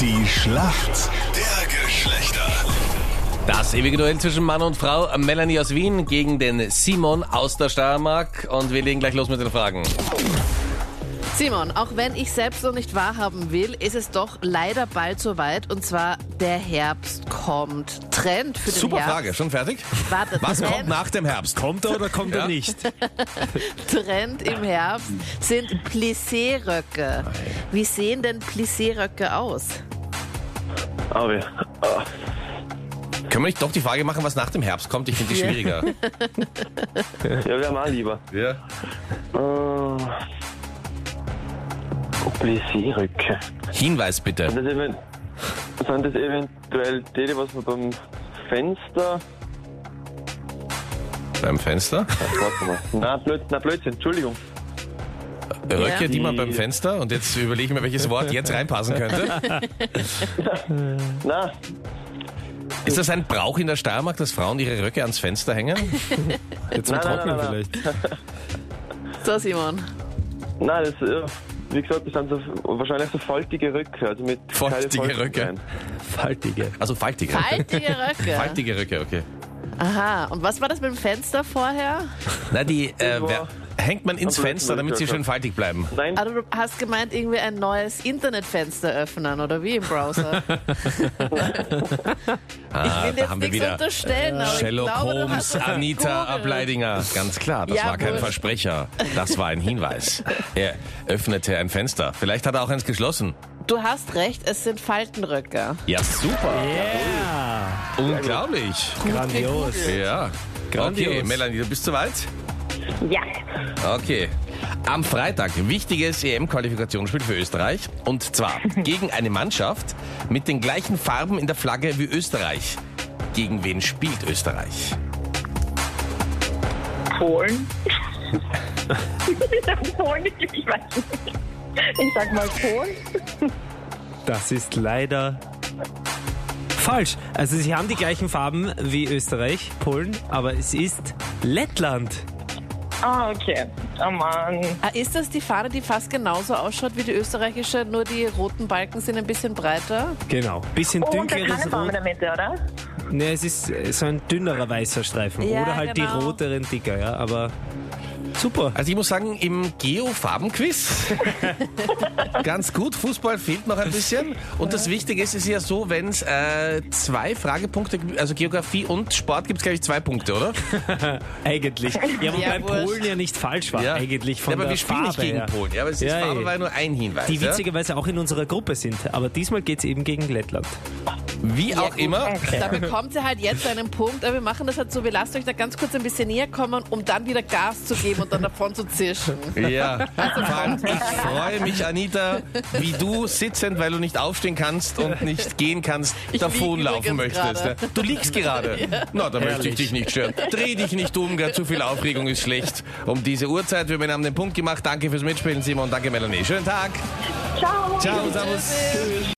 Die Schlacht der Geschlechter. Das ewige Duell zwischen Mann und Frau, Melanie aus Wien gegen den Simon aus der Steiermark. Und wir legen gleich los mit den Fragen. Simon, auch wenn ich selbst noch nicht wahrhaben will, ist es doch leider bald soweit und zwar der Herbst kommt. Trend für den Super Herbst. Frage, schon fertig? Warte, Was Ähm. Trend, kommt nach dem Herbst? Kommt er oder kommt Ja. er nicht? Trend im Herbst sind Plissé-Röcke. Wie sehen denn Plissé-Röcke aus? Aber ah, Können wir nicht doch die Frage machen, was nach dem Herbst kommt? Ich finde die Ja. schwieriger. ja, wir haben auch lieber. Ja. Äh, Plissierröcke. Hinweis bitte. Sind das even- sind das eventuell die, die was man beim Fenster. Beim Fenster? Warte mal. Na, blöd, na Blödsinn, Entschuldigung. Röcke, die man Die- beim Fenster. Und jetzt überlegen wir, welches Wort jetzt reinpassen könnte. Na, Ist das ein Brauch in der Steiermark, dass Frauen ihre Röcke ans Fenster hängen? Jetzt zum Nein, nein, nein, Trocknen nein. vielleicht. So, Simon. na, das, äh, wie gesagt, das sind so, wahrscheinlich so faltige Röcke. Also mit keine Faltige Falten Röcke. rein. Faltige. Also faltige. Faltige Röcke. Faltige Röcke, okay. Aha, und was war das mit dem Fenster vorher? Na, die äh, wer, hängt man ins Am letzten Fenster, Mal damit sie gehört, schön ja. faltig bleiben. Nein, Ah, du hast gemeint, irgendwie ein neues Internetfenster öffnen oder wie im Browser? ich Ah, will da jetzt haben wir nichts wieder unterstellen, aber Sherlock ich glaube, du Holmes, hast es Anita gegoogelt. Ableidinger. Ganz klar, das war kein Jawohl. Versprecher. Das war ein Hinweis. Er öffnete ein Fenster. Vielleicht hat er auch eins geschlossen. Du hast recht, es sind Faltenröcke. Ja, super. Yeah! Unglaublich. Grandios. Ja. Grandios. Okay, Melanie, du bist soweit? Ja, Okay. Am Freitag wichtiges EM-Qualifikationsspiel für Österreich. Und zwar gegen eine Mannschaft mit den gleichen Farben in der Flagge wie Österreich. Gegen wen spielt Österreich? Polen. Polen, ich weiß nicht. Ich sag mal Polen. Das ist leider falsch. Also sie haben die gleichen Farben wie Österreich, Polen, aber es ist Lettland. Ah, okay. Oh Mann. Ah, ist das die Fahne, die fast genauso ausschaut wie die österreichische, nur die roten Balken sind ein bisschen breiter? Genau. Bisschen Oh, und da keine dünkleres Farbe in Rot. der Mitte, oder? Ne, es ist äh, so ein dünnerer weißer Streifen. Ja, Oder halt genau. die roteren dicker, ja. Aber super. Also ich muss sagen, im Geo-Farben-Quiz ganz gut. Fußball fehlt noch ein bisschen. Und das Wichtige ist, es ist ja so, wenn es äh, zwei Fragepunkte, gibt, also Geografie und Sport gibt es, glaube ich, zwei Punkte, oder? Eigentlich. Ja, wobei wurscht. Polen ja nicht falsch war. Eigentlich von ja, aber der wir spielen Farbe nicht gegen her. Polen. Ja, aber es ist Ja, Farbe eh. war nur ein Hinweis. Die ja? witzigerweise auch in unserer Gruppe sind. Aber diesmal geht es eben gegen Lettland. Wie auch immer. Da bekommt ihr halt jetzt einen Punkt, aber wir machen das halt so, wir lassen euch da ganz kurz ein bisschen näher kommen, um dann wieder Gas zu geben und dann davon zu zischen. Ja, vor allem, ich freue mich, Anita, wie du sitzend, weil du nicht aufstehen kannst und nicht gehen kannst, Ich davonlaufen lieg übrigens möchtest. ne? gerade. Du liegst gerade. Na, da möchte ich dich nicht stören. Dreh dich nicht um, gar zu viel Aufregung ist schlecht. Um diese Uhrzeit, wir haben den Punkt gemacht. Danke fürs Mitspielen, Simon. Danke, Melanie. Schönen Tag. Ciao. Ciao, servus.